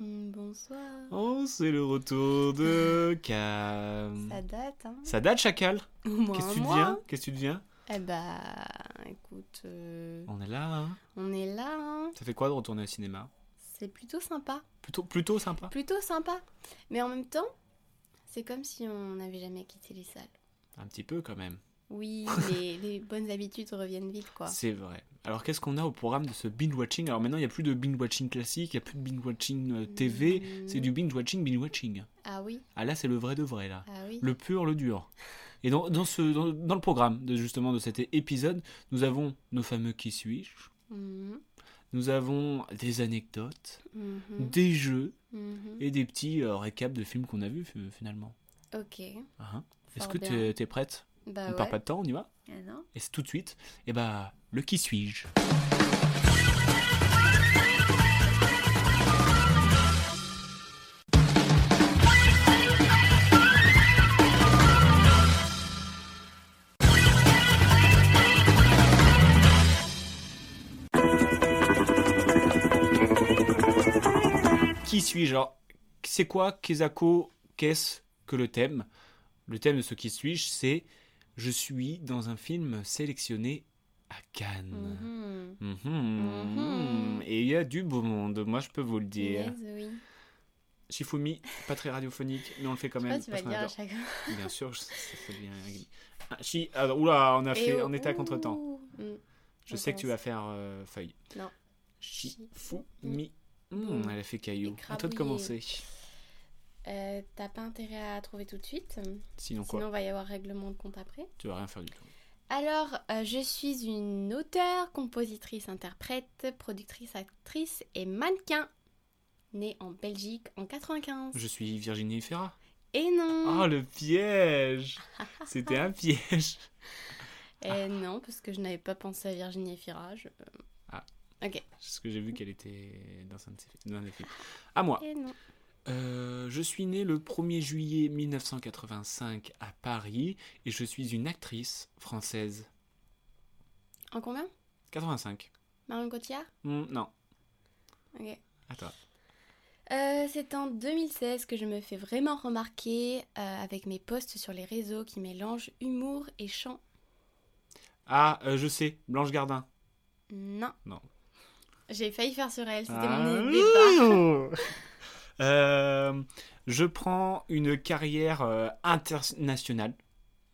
Bonsoir. Oh, c'est le retour de Cam. Ça date, hein Ça date, chacal Moi, Qu'est-ce que tu deviens Qu'est-ce que tu deviens Eh bah, écoute, euh, On est là, hein on est là, hein Ça fait quoi de retourner au cinéma c'est plutôt sympa. Plutôt, plutôt sympa. Plutôt sympa. Mais en même temps, c'est comme si on n'avait jamais quitté les salles. Un petit peu quand même. Oui, les, les bonnes habitudes reviennent vite, quoi. C'est vrai. Alors qu'est-ce qu'on a au programme de ce binge-watching Alors maintenant, il n'y a plus de binge-watching classique, il n'y a plus de binge-watching euh, TV, Mm. c'est du binge-watching, binge-watching. Mhm. Ah oui, Ah là, c'est le vrai de vrai, là. ah oui. Le pur, le dur. Et dans, dans ce, dans, dans le programme, de, justement, de cet é- épisode, nous avons nos fameux qui suis-je, Mhm, nous avons des anecdotes, mhm, des jeux mhm. et des petits euh, récaps de films qu'on a vus, fi- finalement. Ok. Ah, hein. Est-ce Fort que bien. tu es, prête Bah On ouais. perd pas de temps, on y va Ah non. Et c'est tout de suite, et bah, le qui suis-je Qui suis-je Alors, c'est quoi, Kezako Qu'est-ce que le thème Le thème de ce qui suis-je, c'est je suis dans un film sélectionné à Cannes. Mhm. Mhm. Et il y a du beau monde, moi je peux vous le dire. Yes, oui. Shifumi, pas très radiophonique, mais on le fait quand Je sais même. pas, tu vas parce le qu'on dire à adore. chaque Bien sûr, je- ça, ça devient- Ah, Chi- ah, oula, on a fait, on était à contre-temps. Mm. Je on sais que tu vas commence. faire euh, feuille. Non. Shifumi. Hmm, elle a fait caillou. À toi de Écrabouillé. commencer. Euh, T'as pas intérêt à trouver tout de suite Sinon quoi Sinon, il va y avoir règlement de compte après. Tu vas rien faire du tout. Alors, euh, je suis une auteure, compositrice, interprète, productrice, actrice et mannequin. Née en Belgique en 95. Je suis Virginie Ferra. Et non Oh le piège C'était un piège Et non, parce que je n'avais pas pensé à Virginie Efira. je- Ah. Ok. Parce que j'ai vu qu'elle était dans un de ses dans un des films. À moi. Et non. Euh, je suis née le 1er juillet 1985 à Paris et je suis une actrice française. En combien 85. Marion Cotillard Hmm, non. Ok. Attends. Euh, c'est en 2016 que je me fais vraiment remarquer euh, avec mes posts sur les réseaux qui mélangent humour et chant. Ah, euh, je sais. Blanche Gardin. Non. Non. J'ai failli faire sur elle, c'était Ah. mon hein. idée. Euh, je prends une carrière euh, internationale.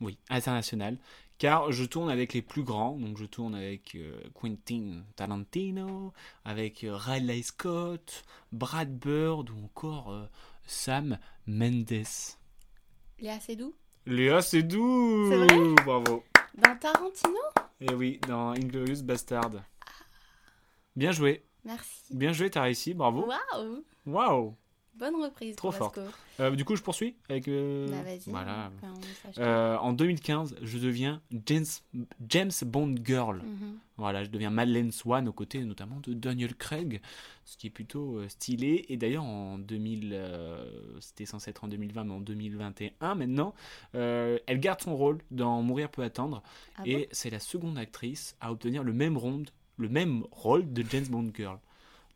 Oui, internationale. Car je tourne avec les plus grands. Donc je tourne avec euh, Quentin Tarantino, avec euh, Riley Scott, Brad Bird ou encore euh, Sam Mendes. Léa Seydoux Léa, c'est doux C'est vrai Bravo. Dans Ben, Tarantino Et oui, dans Inglorious Bastard. Bien joué. Merci. Bien joué, t'as réussi. Bravo. Waouh Waouh. Bonne reprise. Trop Brasco. Euh, du coup, je poursuis avec. euh, Bah vas-y. Voilà. enfin, on s'achète. Euh, en 2015, je deviens James, James Bond Girl. Mhm. Voilà, je deviens Madeleine Swan aux côtés notamment de Daniel Craig, ce qui est plutôt euh, stylé. Et d'ailleurs, en 2000, euh, c'était censé être en 2020, mais en 2021 maintenant, euh, elle garde son rôle dans Mourir peut attendre. Ah et c'est la seconde actrice à obtenir le même, ronde, le même rôle de James Bond Girl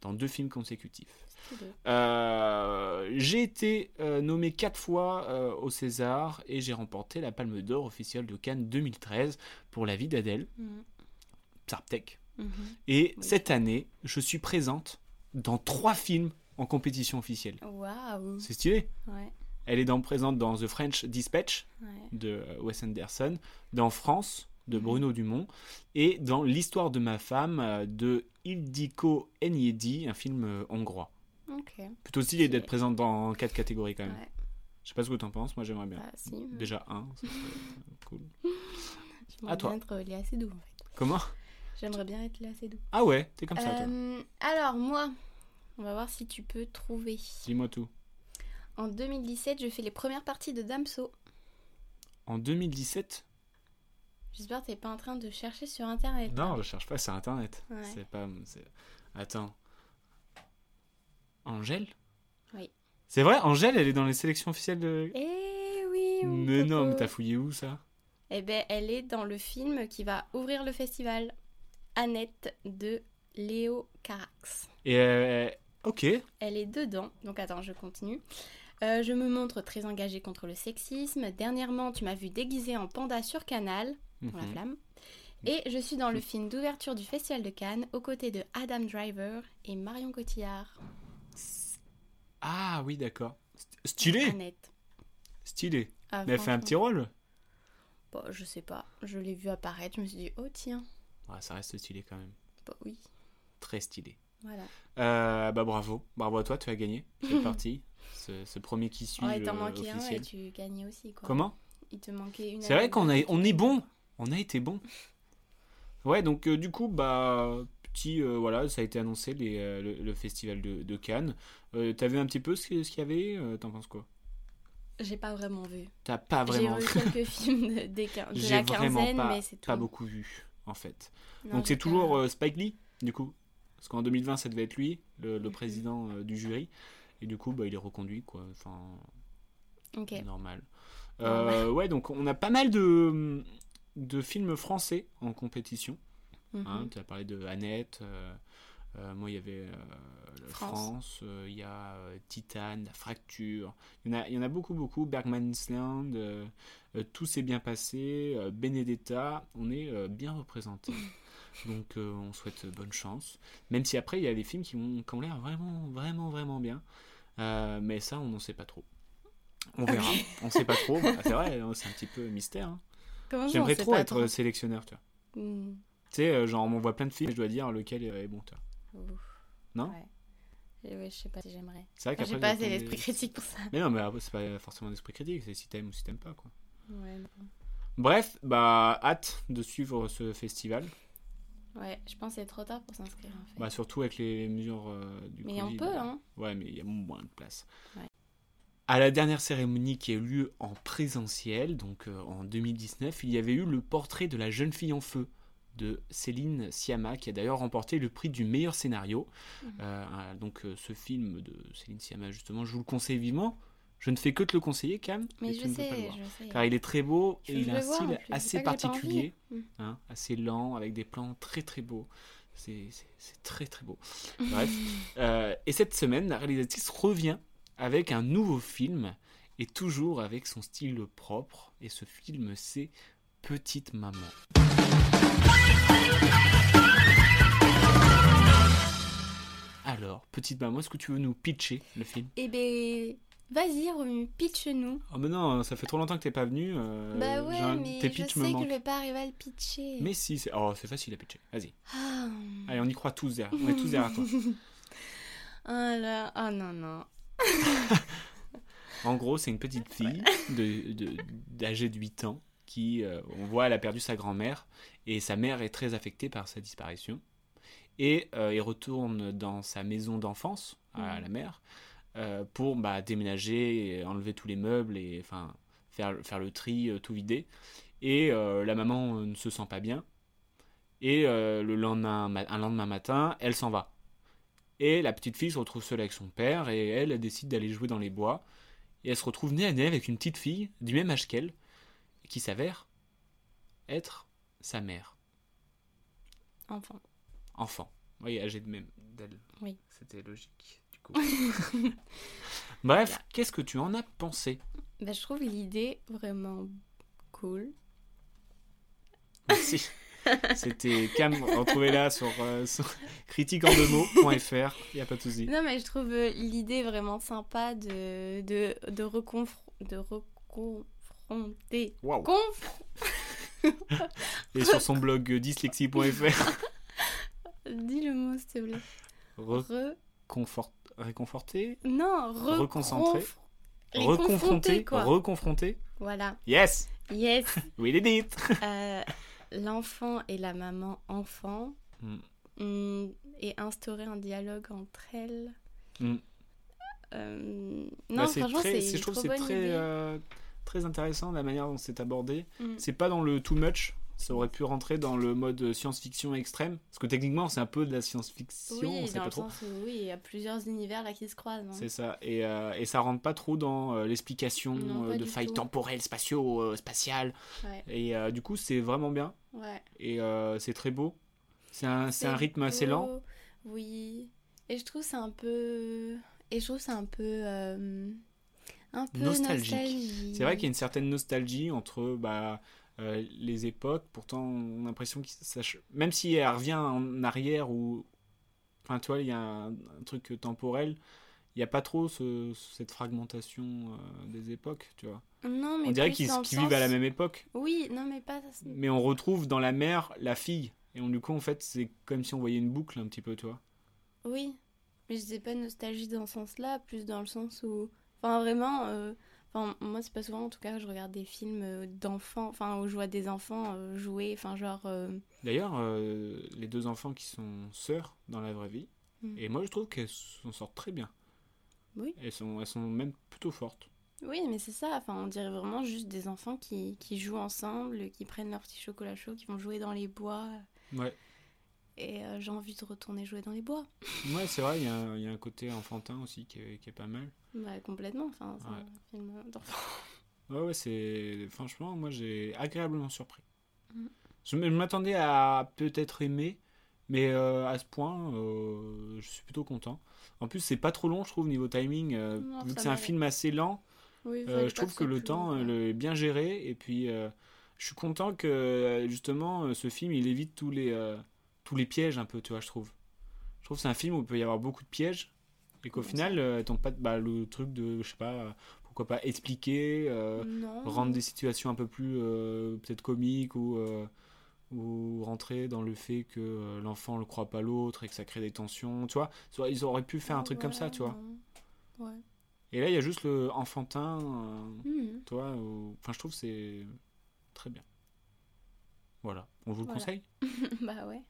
dans deux films consécutifs. bon Stylé. Euh, j'ai été euh, nommé quatre fois euh, au César et j'ai remporté la Palme d'Or officielle de Cannes 2013 pour La vie d'Adèle, Mhm. Sarptek. Mhm. Et Oui. cette année, je suis présente dans trois films en compétition officielle. Waouh. C'est stylé. Ouais. Elle est dans, présente dans The French Dispatch ouais. de euh, Wes Anderson, dans France de Mhm. Bruno Dumont et dans L'histoire de ma femme euh, de Ildiko Enyedi, un film euh, hongrois. Ok. Plutôt stylé Stylé. d'être présente dans quatre catégories quand même. Ouais. Je sais pas ce que t'en penses, moi j'aimerais bien. Bah, si. ouais. Déjà un, ça serait euh, cool. J'aimerais à toi. bien être Léa Seydoux en fait. Comment J'aimerais bien être Léa Seydoux. Ah ouais, t'es comme ça toi. Euh, alors moi, On va voir si tu peux trouver. Dis-moi tout. En 2017, je fais les premières parties de Damso. En 2017 J'espère que t'es pas en train de chercher sur internet. Non, je cherche pas sur internet. Ouais. C'est pas. c'est- Attends. Angèle Oui. C'est vrai, Angèle, elle est dans les sélections officielles de. Eh oui. mon Mais non, coco. mais t'as fouillé où ça Eh ben, elle est dans le film qui va ouvrir le festival. Annette de Léo Carax. Et. euh, Ok. Elle est dedans. Donc attends, je continue. Euh, je me montre très engagée contre le sexisme. Dernièrement, tu m'as vu déguisée en panda sur Canal, pour la Mhm. flamme. Et je suis dans le film d'ouverture du Festival de Cannes, aux côtés de Adam Driver et Marion Cotillard. Ah oui, d'accord. St- Stylé Annette. Stylé. Ah, Mais elle fait un petit franchement. rôle Bon, je sais pas. Je l'ai vu apparaître. Je me suis dit, oh tiens. Ouais, ça reste stylé quand même. Bah oui. Très stylé. Voilà. Euh, bah bravo. Bravo à toi, tu as gagné. C'est parti. Ce, ce premier qui suit. Ouais, Oh, t'en euh, manquais un et officiel. tu gagnais aussi. Quoi. Comment Il te manquait une. C'est vrai qu'on a- anecdote. on est bon. On a été bon. Ouais, donc euh, du coup, bah, petit, euh, voilà, ça a été annoncé les, euh, le, le festival de, de Cannes. Euh, T'as vu un petit peu ce que- ce qu'il y avait Euh, T'en penses quoi J'ai pas vraiment vu. T'as pas vraiment, J'ai vu quelques films de, des quin- de J'ai la vraiment quinzaine, pas- mais c'est tout. pas beaucoup vu, en fait. Non, donc j'ai c'est pas- toujours euh, Spike Lee, du coup. Parce qu'en 2020, ça devait être lui, le, Mhm. le président euh, du jury. Et du coup, bah, il est reconduit, quoi. Enfin, Ok. Normal. Euh, ouais, donc on a pas mal de, de films français en compétition. Mhm. hein. Tu as parlé de Annette. euh, euh, moi, il y avait euh, le France. France. euh, Il y a euh, Titane, La Fracture. Il y, en a, il y en a beaucoup, beaucoup. Bergman's Land. euh, euh, Tout s'est bien passé. euh, Benedetta. On est euh, bien représenté. Donc, euh, on souhaite bonne chance. Même si après, il y a des films qui ont, qui ont l'air vraiment, vraiment, vraiment bien. Euh, mais ça, on n'en sait pas trop. On Ah verra. On sait pas trop. Bah, c'est vrai, c'est un petit peu mystère. hein. Comment ça, on J'aimerais sait trop pas être euh, sélectionneur, tu vois. Hmm. Tu sais, euh, genre, on m'envoie plein de films et je dois dire lequel est bon, tu vois. Ouf. Non ouais. Et ouais, je sais pas si j'aimerais. C'est vrai Enfin, qu'après. J'ai pas j'ai assez plein de- d'esprit critique pour ça. Mais non, mais après, c'est pas forcément d'esprit critique, c'est si t'aimes ou si t'aimes pas, quoi. Ouais, Bref, bah, hâte de suivre ce festival. ouais je pense que c'est trop tard pour s'inscrire en fait. Bah, surtout avec les mesures euh, du mais on Covid. peut, hein. Ouais, mais il y a moins de place. Ouais. À la dernière cérémonie qui a eu lieu en présentiel, donc euh, en 2019, il y avait eu le portrait de la jeune fille en feu de Céline Sciamma, qui a d'ailleurs remporté le prix du meilleur scénario. Mmh. Euh, euh, donc euh, ce film de Céline Sciamma, justement, je vous le conseille vivement. Je ne fais que te le conseiller, Cam. Mais et je tu ne peux pas le sais, voir. je sais. Car il est très beau Je et il veux a un le voir, en style plus. C'est assez pas que j'ai pas envie. particulier, Mm. hein, assez lent, avec des plans très très beaux. C'est c'est- c'est très très beau. Bref. Euh, et cette semaine, la réalisatrice revient avec un nouveau film et toujours avec son style propre. Et ce film, c'est Petite Maman. Alors, Petite Maman, est-ce que tu veux nous pitcher le film Eh ben, vas-y, Romu, pitch-nous. Oh, mais non, ça fait trop longtemps que t'es pas venu. euh, bah j'ai un- ouais, mais tes je pitchs sais me que manquent. je vais pas arriver à le pitcher. Mais si, c'est oh, c'est facile à pitcher. Vas-y. Ah, Allez, on y croit tous derrière. On est tous derrière toi. ah là, oh non, non. En gros, c'est une petite fille de, de- d'âgée de 8 ans qui, euh, on voit, elle a perdu sa grand-mère et sa mère est très affectée par sa disparition. Et euh, il retourne dans sa maison d'enfance à Mhm. la mère euh, pour bah, déménager, et enlever tous les meubles et enfin faire, faire le tri, euh, tout vider. Et euh, la maman euh, ne se sent pas bien. Et euh, le lendemain, ma- un lendemain matin, elle s'en va. Et la petite fille se retrouve seule avec son père et elle elle décide d'aller jouer dans les bois et elle se retrouve nez à nez avec une petite fille du même âge qu'elle, qui s'avère être sa mère, Enfin, enfant. Oui, âgée de même d'elle. Oui. C'était logique, du coup. Bref, qu'est-ce que tu en as pensé bah, je trouve l'idée vraiment cool. Merci. C'était Cam, retrouvez-la sur, euh, sur critiqueendemots.fr, il n'y a pas de souci. Non, mais je trouve euh, l'idée vraiment sympa de, de, de, reconfr- de reconfronter. Waouh. Conf- Et sur son blog euh, dyslexie.fr, Dis le mot, s'il te plaît. Re... reconfort- réconforté, Non, re- Reconcentrer. conf- Les confronter, quoi. reconfronté. Voilà. Yes, Yes. we did it Euh, L'enfant et la maman enfant. Hmm. Hmm, Et instaurer un dialogue entre elles. Mm. Euh, Bah, non, c'est franchement, très- c'est c'est- une je trouve que trop c'est bonne très, idée. euh, très intéressant la manière dont c'est abordé. Mm. C'est pas dans le too much. Ça aurait pu rentrer dans le mode science-fiction extrême. Parce que techniquement, c'est un peu de la science-fiction. on Oui, sait dans pas le trop. sens où oui, il y a plusieurs univers là qui se croisent. hein. C'est ça. Et, euh, et ça rentre pas trop dans euh, l'explication Non, euh, pas de du failles tout. temporelles, spatiaux, euh, spatiales. Ouais, Et euh, du coup, c'est vraiment bien. ouais. Et euh, c'est très beau. C'est un, c'est un rythme assez lent. beau, Oui. Et je trouve c'est un peu. Et je trouve c'est un peu. euh, Un peu Nostalgique. nostalgique. C'est vrai qu'il y a une certaine nostalgie entre bah, euh, les époques. Pourtant, on a l'impression que ça ch- même si elle revient en arrière ou, enfin, tu vois, il y a un, un truc temporel. Il n'y a pas trop ce- cette fragmentation euh, des époques, tu vois. Non, mais on dirait plus qu'ils dans le qu'ils vivent à la sens- même époque, Oui, non, mais pas. mais on retrouve dans la mère la fille. Et on, du coup, en fait, c'est comme si on voyait une boucle un petit peu, tu vois. Oui. Mais je disais pas nostalgie dans ce sens-là, plus dans le sens où. Enfin, vraiment. euh, Enfin, moi, c'est pas souvent, en tout cas, que je regarde des films euh, d'enfants. Enfin, où je vois des enfants euh, jouer. Enfin, genre. euh, D'ailleurs, euh, les deux enfants qui sont sœurs dans la vraie vie, Mm. et moi je trouve qu'elles s'en sortent très bien. Oui. Elles sont, elles sont même plutôt fortes. Oui, mais c'est ça. Enfin, on dirait vraiment juste des enfants qui, qui jouent ensemble, qui prennent leur petit chocolat chaud, qui vont jouer dans les bois. Ouais, Et euh, j'ai envie de retourner jouer dans les bois. ouais c'est vrai, il y, a un- il y a un côté enfantin aussi qui est, qui est pas mal. Bah, complètement. Enfin, c'est Ouais. un film d'enfant. Ouais, ouais, c'est. Franchement, moi j'ai agréablement surpris. Mm. Je m- je m'attendais à peut-être aimer, mais euh, à ce point, euh, je suis plutôt content. En plus, c'est pas trop long, je trouve, niveau timing, euh, Non, vu que ça c'est un m'allait. film assez lent. Oui, Euh, je trouve que le temps euh, le- est bien géré et puis euh, je suis content que euh, justement euh, ce film il évite tous les euh, tous les pièges un peu tu vois je trouve je trouve que c'est un film où il peut y avoir beaucoup de pièges et qu'au Comment final euh, elle tombe pas bah, le truc de je sais pas euh, pourquoi pas expliquer euh, Non. rendre des situations un peu plus euh, peut-être comiques ou euh, ou rentrer dans le fait que euh, l'enfant le croit pas l'autre et que ça crée des tensions tu vois Soit ils auraient pu faire un Ah Ouais, truc comme ça tu vois non. Ouais. et là il y a juste le enfantin euh, Mhm. toi ou- enfin je trouve que c'est très bien voilà on vous le Voilà. conseille bah ouais.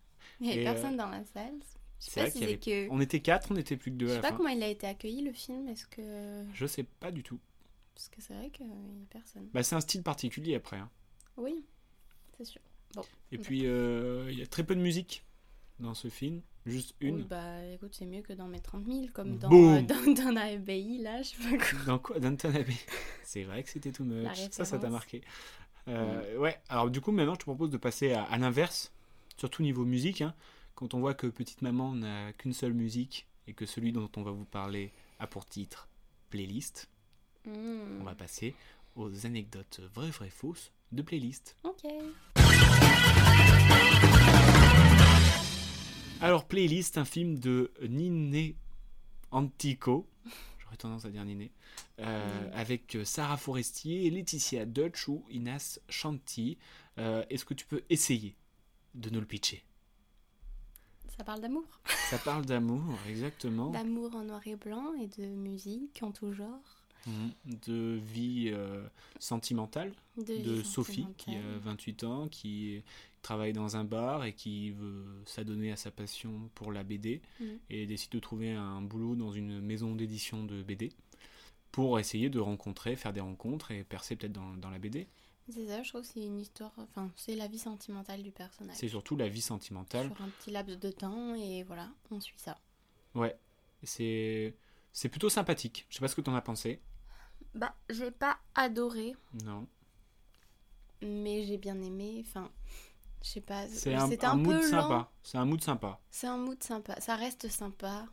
Il n'y avait Et, euh, personne dans la salle. Je sais c'est pas vrai si qu'il y c'est que. on était quatre on était plus que deux Je à la sais pas fin comment il a été accueilli le film. Est-ce que. je sais pas du tout Parce que c'est vrai qu'il n'y a personne. bah c'est un style particulier après hein. Oui, c'est sûr. et puis euh, il y a très peu de musique dans ce film juste Oui, une bah écoute, c'est mieux que dans mes 30 000, comme dans, Boum. euh, dans, dans la FBI, là, je sais pas quoi. dans quoi Downton Abbey c'est vrai que c'était too La much ça ça t'a référence. marqué Euh, ouais alors du coup maintenant je te propose de passer à, à l'inverse surtout niveau musique hein. quand on voit que petite maman n'a qu'une seule musique et que celui dont on va vous parler a pour titre playlist Hmm. On va passer aux anecdotes vraies, vraies, fausses de playlist. Ok. Alors, Playlist, un film de Nine Antico, j'aurais tendance à dire Nine, euh, avec Sarah Forestier, Laetitia Dutch ou Inas Shanti. Euh, Est-ce que tu peux essayer de nous le pitcher Ça parle d'amour. Ça parle d'amour, exactement, D'amour en noir et blanc et de musique en tout genre. Mhm. de vie euh, sentimentale. De, de vie Sophie qui a sentimentale. 28 ans, qui travaille dans un bar et qui veut s'adonner à sa passion pour la BD Mhm. et décide de trouver un boulot dans une maison d'édition de BD pour essayer de rencontrer, faire des rencontres et percer peut-être dans, dans la BD. C'est ça, je trouve que c'est une histoire. Enfin, c'est la vie sentimentale du personnage. C'est surtout la vie sentimentale. Sur un petit laps de temps et voilà, on suit ça. Ouais, c'est c'est plutôt sympathique. Je sais pas ce que t'en as pensé. Bah, j'ai pas adoré, Non. mais j'ai bien aimé. Enfin, je sais pas. euh, C'est un, c'était un mood peu lent. sympa. C'est un mood sympa. C'est un mood sympa. Ça reste sympa.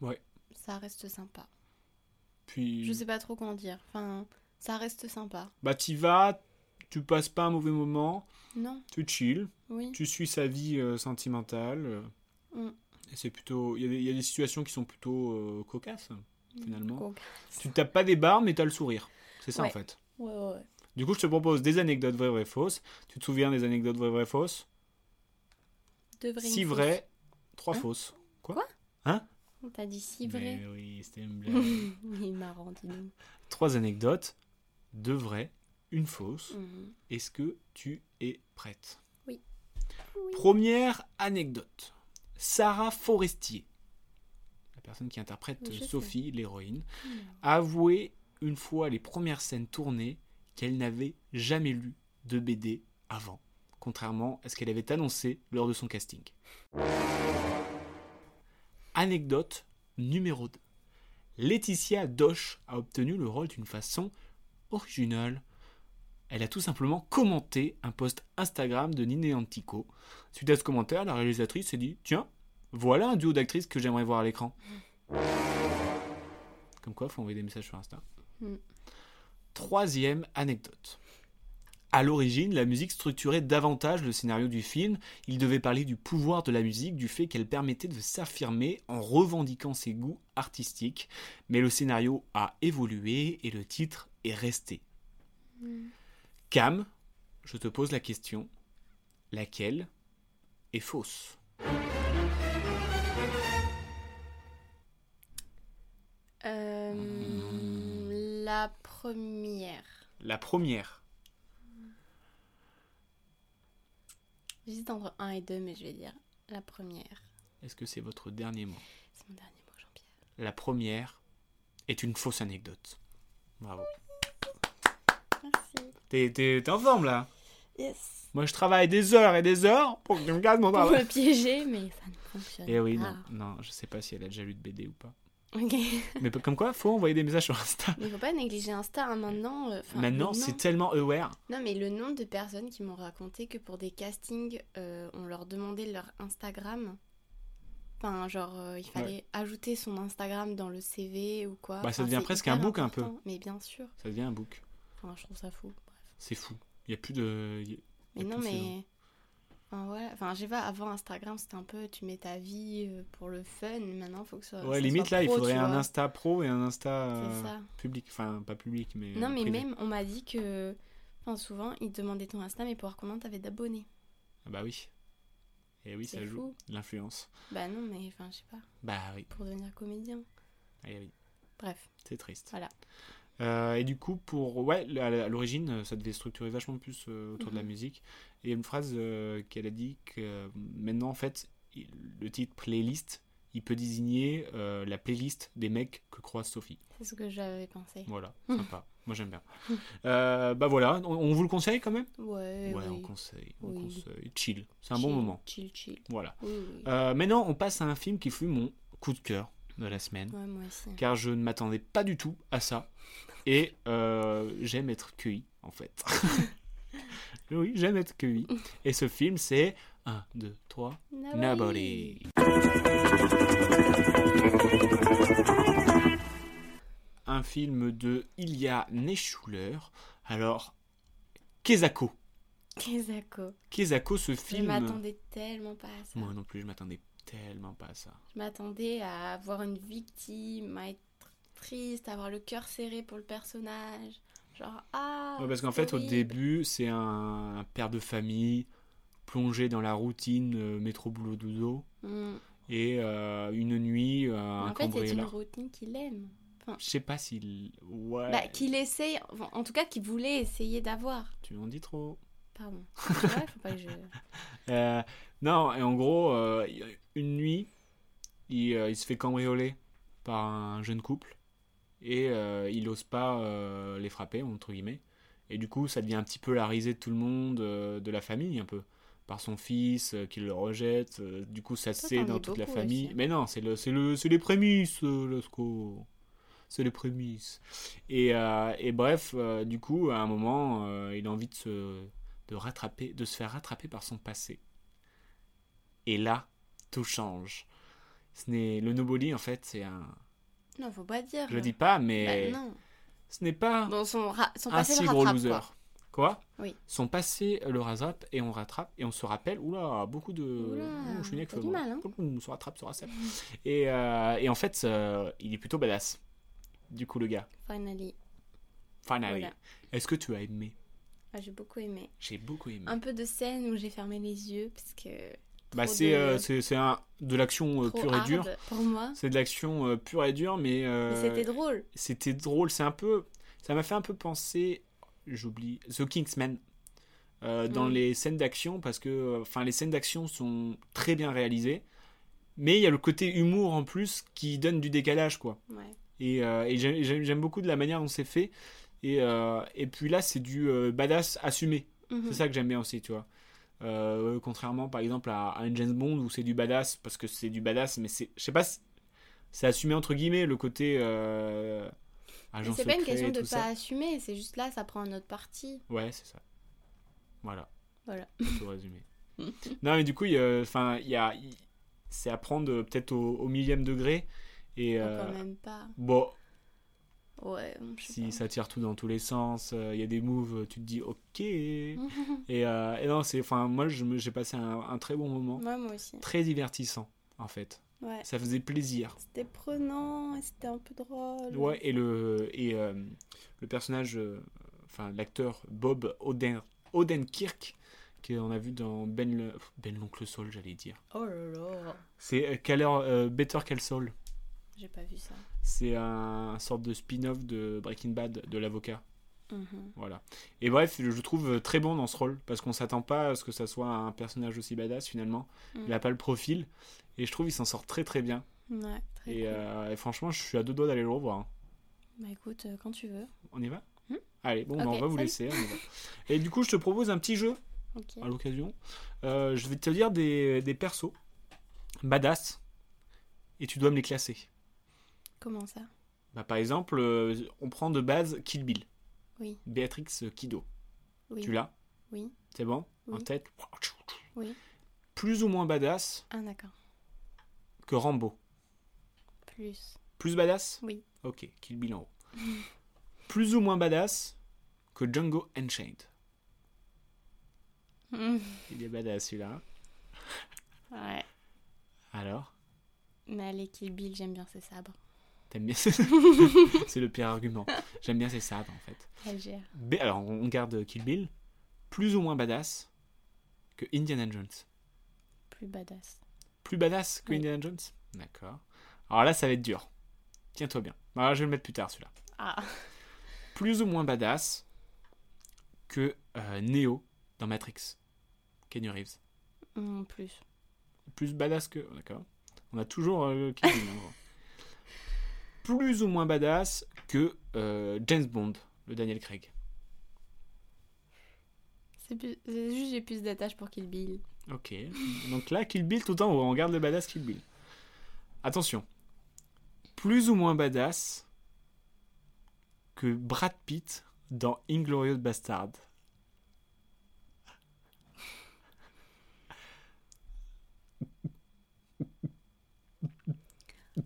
Ouais. Ça reste sympa. Puis Je sais pas trop comment dire. Enfin, ça reste sympa. bah t'y vas, tu passes pas un mauvais moment, Non, tu chill. oui. tu suis sa vie euh, sentimentale. euh, Mm. et c'est plutôt. Il y a des- il y, a des situations qui sont plutôt euh, cocasses, finalement. Cool. Tu tapes pas des barres, mais t'as le sourire. C'est ça, en Ouais. fait. Ouais, ouais, ouais. Du coup, je te propose des anecdotes vraies, vraies, fausses. Tu te souviens des anecdotes vraies, vraies, fausses De vrai. Si une vraies, trois Hein fausses. Quoi Quoi fausse. T'as dit si vrai. Mais oui, c'était une blague. Il est marrant, dis donc. trois anecdotes, deux vraies, une fausse. Mhm. Est-ce que tu es prête Oui. Oui. Première anecdote. Sarah Forestier, la personne qui interprète Oui, je sais. Sophie, l'héroïne, Hmm. a avoué une fois les premières scènes tournées qu'elle n'avait jamais lu de BD avant, contrairement à ce qu'elle avait annoncé lors de son casting. Anecdote numéro 2. Laetitia Doche a obtenu le rôle d'une façon originale. Elle a tout simplement commenté un post Instagram de Nine Antico. Suite à ce commentaire, la réalisatrice s'est dit Tiens, voilà un duo d'actrices que j'aimerais voir à l'écran. Comme quoi, faut envoyer des messages sur Insta. Mm. Troisième anecdote. À l'origine, la musique structurait davantage le scénario du film. Il devait parler du pouvoir de la musique, du fait qu'elle permettait de s'affirmer en revendiquant ses goûts artistiques. Mais le scénario a évolué et le titre est resté. Mm. Cam, je te pose la question. Laquelle est fausse Euh, La première. La première. J'hésite entre 1 et 2, mais je vais dire la première. Est-ce que c'est votre dernier mot C'est mon dernier mot, Jean-Pierre. La première est une fausse anecdote. Bravo. Merci. T'es- T'es t'es en forme là Yes. Moi je travaille des heures et des heures pour que tu me gardes mon Pour travail. me piéger, mais ça ne fonctionne Ah bah Eh oui, non, pas. non, je sais pas si elle a déjà lu de BD ou pas. Ok. Mais comme quoi, faut envoyer des messages sur Insta. Mais faut pas négliger Insta hein, maintenant. euh, enfin, Maintenant, le c'est nom- tellement aware. Non, mais le nombre de personnes qui m'ont raconté que pour des castings, euh, on leur demandait leur Instagram. Enfin, genre, euh, il fallait ajouter son Instagram dans le CV ou quoi. Bah, ça Enfin, devient c'est presque hyper un book, un important. Mais bien sûr. Ça devient un book. Enfin, je trouve ça fou. C'est fou. Il y a plus de. y- Mais Et non, puis, c'est mais. Enfin, voilà. Enfin, je sais pas, avant Instagram, c'était un peu tu mets ta vie euh, pour le fun. Maintenant, faut que ça. Ouais, euh, ça limite soit là, il pro, faudrait tu un vois. Insta pro et un Insta C'est euh, ça. public. Enfin, pas public, mais. Non, euh, mais privé. même, on m'a dit que. Enfin, souvent, ils te demandaient ton Insta, mais pour voir combien t'avais d'abonnés. Ah bah oui. Et oui, C'est ça joue. fou. L'influence. Bah non, mais enfin, je sais pas, Bah oui. pour devenir comédien. Eh oui. Bref, C'est triste. Voilà. Euh, et du coup, pour ouais, l- à l'origine, euh, ça devait structurer vachement plus euh, autour de Mhm. la musique. Et il y a une phrase euh, qu'elle a dit que euh, maintenant, en fait, il- le titre playlist, il peut désigner euh, la playlist des mecs que croise Sophie. c'est ce que j'avais pensé. Voilà, sympa. Moi, j'aime bien. Euh, bah voilà, on, on vous le conseille quand même. ouais, Ouais, Euh, oui. on conseille, on Oui. conseille. Chill, c'est un bon Chill, moment. Chill, chill. Voilà. Oui, oui. Euh, maintenant, on passe à un film qui fut mon coup de cœur de la semaine Ouais, moi aussi. car je ne m'attendais pas du tout à ça. Et euh, j'aime être cueilli, en fait. oui, j'aime être cueilli. Et ce film, c'est 1, 2, 3, Ah Nobody. Un film de Ilya Neschuler. Alors, Kezako. Kezako. Kezako, ce Je film. m'attendais tellement pas à ça. Moi non plus, je m'attendais tellement pas à ça. Je m'attendais à avoir une victime, à être triste, à avoir le cœur serré pour le personnage. Genre, ah Ouais, parce qu'en c'est fait, au horrible. début, c'est un, un père de famille plongé dans la routine euh, métro boulot dodo Mm. et euh, une nuit euh, un En fait, c'est une cambriolage. routine qu'il aime. Je sais pas s'il ouais. Bah, qu'il essaye, enfin, en tout cas, qu'il voulait essayer d'avoir. Tu m'en dis trop. Pardon. Ouais, faut pas que je. Euh, non, et en gros, euh, il y a une nuit, il, euh, il se fait cambrioler par un jeune couple et euh, il n'ose pas euh, les frapper, entre guillemets. Et du coup, ça devient un petit peu la risée de tout le monde, euh, de la famille, un peu. Par son fils euh, qui le rejette. euh, du coup, ça Toi, c'est t'en dans dis toute la beaucoup famille. aussi. Mais non, c'est le, c'est le, c'est les prémices, euh, Lasco. C'est les prémices. Et, euh, et bref, euh, du coup, à un moment, euh, il a envie de se, de rattraper, de se faire rattraper par son passé. Et là, tout change. Ce n'est le nobody en fait, c'est un. Non, faut pas dire. Je dis pas, Bah, mais non. ce n'est pas Bon, son, ra- son un passé Ah. si le gros rattrape, loser. quoi. Quoi, Oui. Son passé le rattrape et on rattrape et on se rappelle. Oula, beaucoup de. Oula, Ouh, je suis né avec t'as le du doigt. mal, hein. Ouh, On se rattrape, se rattrape. et, euh, et en fait, euh, il est plutôt badass. Du coup, le gars. Finally. Finally. Voilà. Est-ce que tu as aimé Ah, j'ai beaucoup aimé. J'ai beaucoup aimé. Un peu de scène où j'ai fermé les yeux parce que. bah, trop c'est de- euh, c'est- c'est un- de l'action euh, trop pure et dure. hard Pour moi. C'est de l'action euh, pure et dure, mais, euh, Mais c'était drôle. c'était drôle. C'est un peu, ça m'a fait un peu penser, j'oublie, The Kingsman euh, dans Mm. les scènes d'action parce que, euh, enfin, les scènes d'action sont très bien réalisées, Mais il y a le côté humour en plus qui donne du décalage, quoi. Ouais. Et, euh, et j'ai- j'aime j'aime beaucoup de la manière dont c'est fait. Et, euh, et puis là, c'est du euh, badass assumé. Mhm. C'est ça que j'aime bien aussi, tu vois. Euh, contrairement par exemple à, à un James Bond où c'est du badass parce que c'est du badass, mais c'est, je sais pas, si- c'est assumé entre guillemets le côté euh, Mais agent C'est pas une secret question et de tout pas ça. assumer, c'est juste là, ça prend un autre parti. Ouais, c'est ça. Voilà. Voilà. Mm. Tout résumé. non, mais du coup, il y a- enfin, il y a, il- c'est à prendre euh, peut-être au, au millième degré et Ou euh, Quand même pas. bon, Ouais, je sais si pas. ça tire tout dans tous les sens, euh, il y a des moves, tu te dis ok. et, Mm. euh, et non, c'est, enfin, moi, je me- j'ai passé un, un très bon moment, Ouais, moi aussi. très divertissant en fait. Ouais. Ça faisait plaisir. C'était prenant et c'était un peu drôle. Ouais, et le et euh, le personnage, euh, enfin l'acteur Bob Oden Odenkirk qu'on a vu dans Ben le Ben l'oncle Saul, j'allais dire. Oh là là. C'est euh, Caller- euh, Better Call Saul. J'ai pas vu ça. C'est un, sorte de spin-off de Breaking Bad de l'avocat. Mhm. Voilà. Et bref, je le trouve très bon dans ce rôle parce qu'on s'attend pas à ce que ça soit un personnage aussi badass finalement. Mm. Il a pas le profil et je trouve il s'en sort très très bien. Ouais, très Et, cool. euh, et franchement, je suis à deux doigts d'aller le revoir. hein. Bah écoute, euh, quand tu veux. On y va Mm. Allez, bon, bah, Ok, on va vous salut. laisser. on y va. et du coup, je te propose un petit jeu Ok. à l'occasion. Euh, je vais te dire des, des persos badass et tu dois me les classer. Comment ça Bah, par exemple, euh, on prend de base Kill Bill, Oui, Béatrix Kido. oui. Tu l'as Oui. C'est bon En Oui. tête Oui. Plus ou moins badass Ah d'accord. que Rambo. Plus. Plus badass Oui. Ok, Kill Bill en haut. Plus ou moins badass que Django Unchained. Mhm. Il est badass celui-là. ouais. Alors Mais les Kill Bill, j'aime bien ces sabres. T'aimes bien C'est le pire argument. J'aime bien ces sabres en fait. Elle gère. B- Alors on garde Kill Bill. Plus ou moins badass que Indiana Jones. Plus badass. Plus badass que Oui. Indiana Jones D'accord. Alors là ça va être dur. Tiens-toi bien. Alors, je vais le mettre plus tard celui-là. Ah. plus ou moins badass que euh, Neo dans Matrix. Keanu Reeves. Mm, plus. Plus badass que. oh, D'accord. On a toujours euh, le Keanu, en gros. Plus ou moins badass que euh, James Bond, le Daniel Craig. C'est plus- c'est juste j'ai plus d'attache pour Kill Bill. Ok. Donc là, Kill Bill tout en haut. On garde le badass Kill Bill. Attention. Plus ou moins badass que Brad Pitt dans Inglorious Bastard.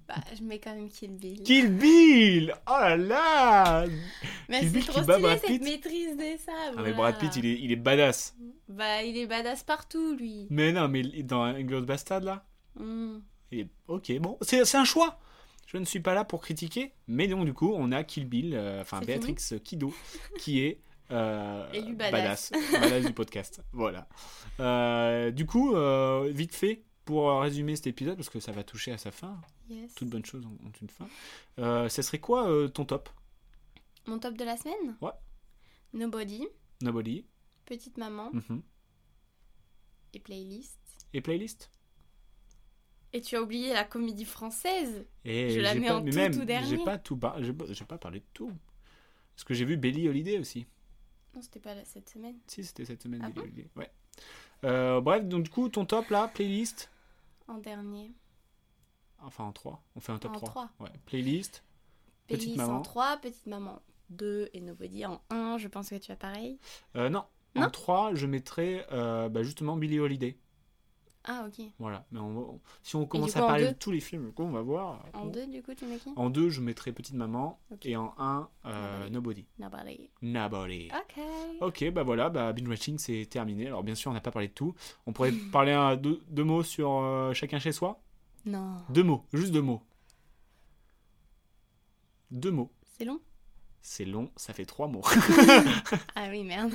Bah, je mets quand même Kill Bill. Kill Bill Oh là là Mais Kill c'est Bill trop qui bat stylé Brad cette Pitt. maîtrise des sabres. Ah mais Brad Pitt, il est, il est badass. Bah, il est badass partout, lui. Mais non, mais il- dans Inglourious Bastard, là, Mm. il est... Ok, bon, c'est c'est un choix Je ne suis pas là pour critiquer, mais donc, du coup, on a Kill Bill, euh, enfin, C'est Béatrix Kido, qui est... euh, Élu badass. badass. Badass du podcast, voilà. Euh, du coup, euh, vite fait, pour euh, résumer cet épisode, parce que ça va toucher à sa fin, Yes. toutes bonnes choses ont ont une fin, euh, ça serait quoi euh, ton top Mon top de la semaine Ouais. Nobody, Nobody Petite Maman Mhm. et Playlist. Et playlist Et tu as oublié la comédie française Et Je la j'ai mets pas, en mais tout, même, tout dernier. J'ai pas tout, bar- j'ai pas- j'ai pas parlé de tout. Parce que j'ai vu Billy Holiday aussi. Non, c'était pas là cette semaine. Si, c'était cette semaine Ah Billie bon Holiday. Ouais. Euh, bref, donc du coup, ton top là, playlist. En dernier. Enfin, en 3. On fait un top En 3. trois. Ouais, playlist. Petite Playlist Maman. en 3, Petite Maman 2 et Nobody en 1. Je pense que tu as pareil. Euh, non. En Non 3, je mettrais euh, bah, justement Billy Holiday. Ah, ok. Voilà. Mais on- on- si on commence coup, à en parler de deux tous les films, qu'on va voir. En 2, du coup, tu mets qui En deux, je mettrais Petite Maman. Ok. Et en 1, Nobody. Nobody. Ah. Nobody. Ok. Ok, bah voilà, bah, binge watching c'est terminé. Alors bien sûr, on n'a pas parlé de tout. On pourrait parler un- deux, deux mots sur euh, chacun chez soi. Non. Deux mots, juste deux mots. Deux mots. C'est long C'est long, ça fait trois mots. Ah oui, merde.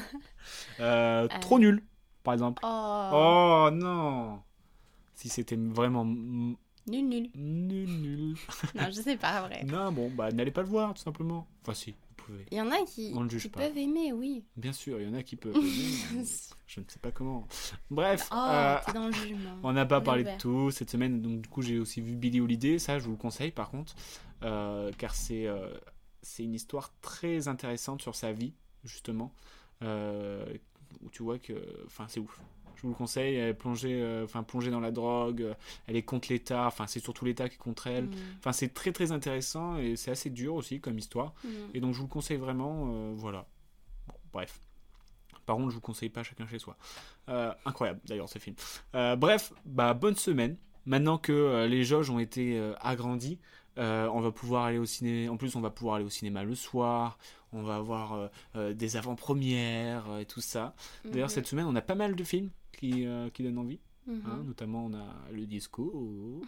Euh, Trop Euh. nul, par exemple. Oh. Oh non Si c'était vraiment m- Nul, nul. nul, nul. Non, je sais pas, vrai. Non, bon, bah n'allez pas le voir, tout simplement. Enfin si, vous pouvez. Il y en a qui, On le juge qui pas. peuvent aimer, oui. Bien sûr, il y en a qui peuvent. mais je ne sais pas comment. Bref. oh, euh, t'es dans le jugement. On n'a pas est parlé de ouvert. tout cette semaine, donc du coup j'ai aussi vu Billy Holiday, ça je vous le conseille par contre, euh, car c'est euh, c'est une histoire très intéressante sur sa vie, justement, euh, où tu vois que, enfin c'est ouf. Je vous le conseille, elle est plongée, euh, enfin, plongée dans la drogue, euh, elle est contre l'État, enfin c'est surtout l'État qui est contre elle. Mm. Enfin c'est très très intéressant et c'est assez dur aussi comme histoire, Mm. et donc je vous le conseille vraiment, euh, voilà. Bon, bref. Par contre, je vous conseille pas chacun chez soi. Euh, incroyable d'ailleurs ce film. Euh, bref, bah, bonne semaine. Maintenant que euh, les jauges ont été euh, agrandies, euh, on va pouvoir aller au cinéma. En plus, on va pouvoir aller au cinéma le soir. On va avoir euh, euh, des avant-premières euh, et tout ça. D'ailleurs, Mhm. cette semaine, on a pas mal de films qui, euh, qui donnent envie. Mhm. hein. Notamment, on a le discours.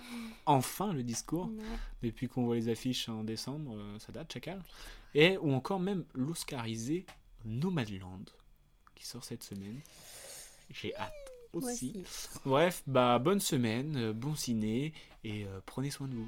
Enfin, le discours Ouais. depuis qu'on voit les affiches en décembre, euh, ça date, chacal. Et ou encore même l'oscarisé Nomadland, qui sort cette semaine. J'ai hâte Moi aussi. aussi. Bref, bah bonne semaine, euh, bon ciné, et euh, prenez soin de vous.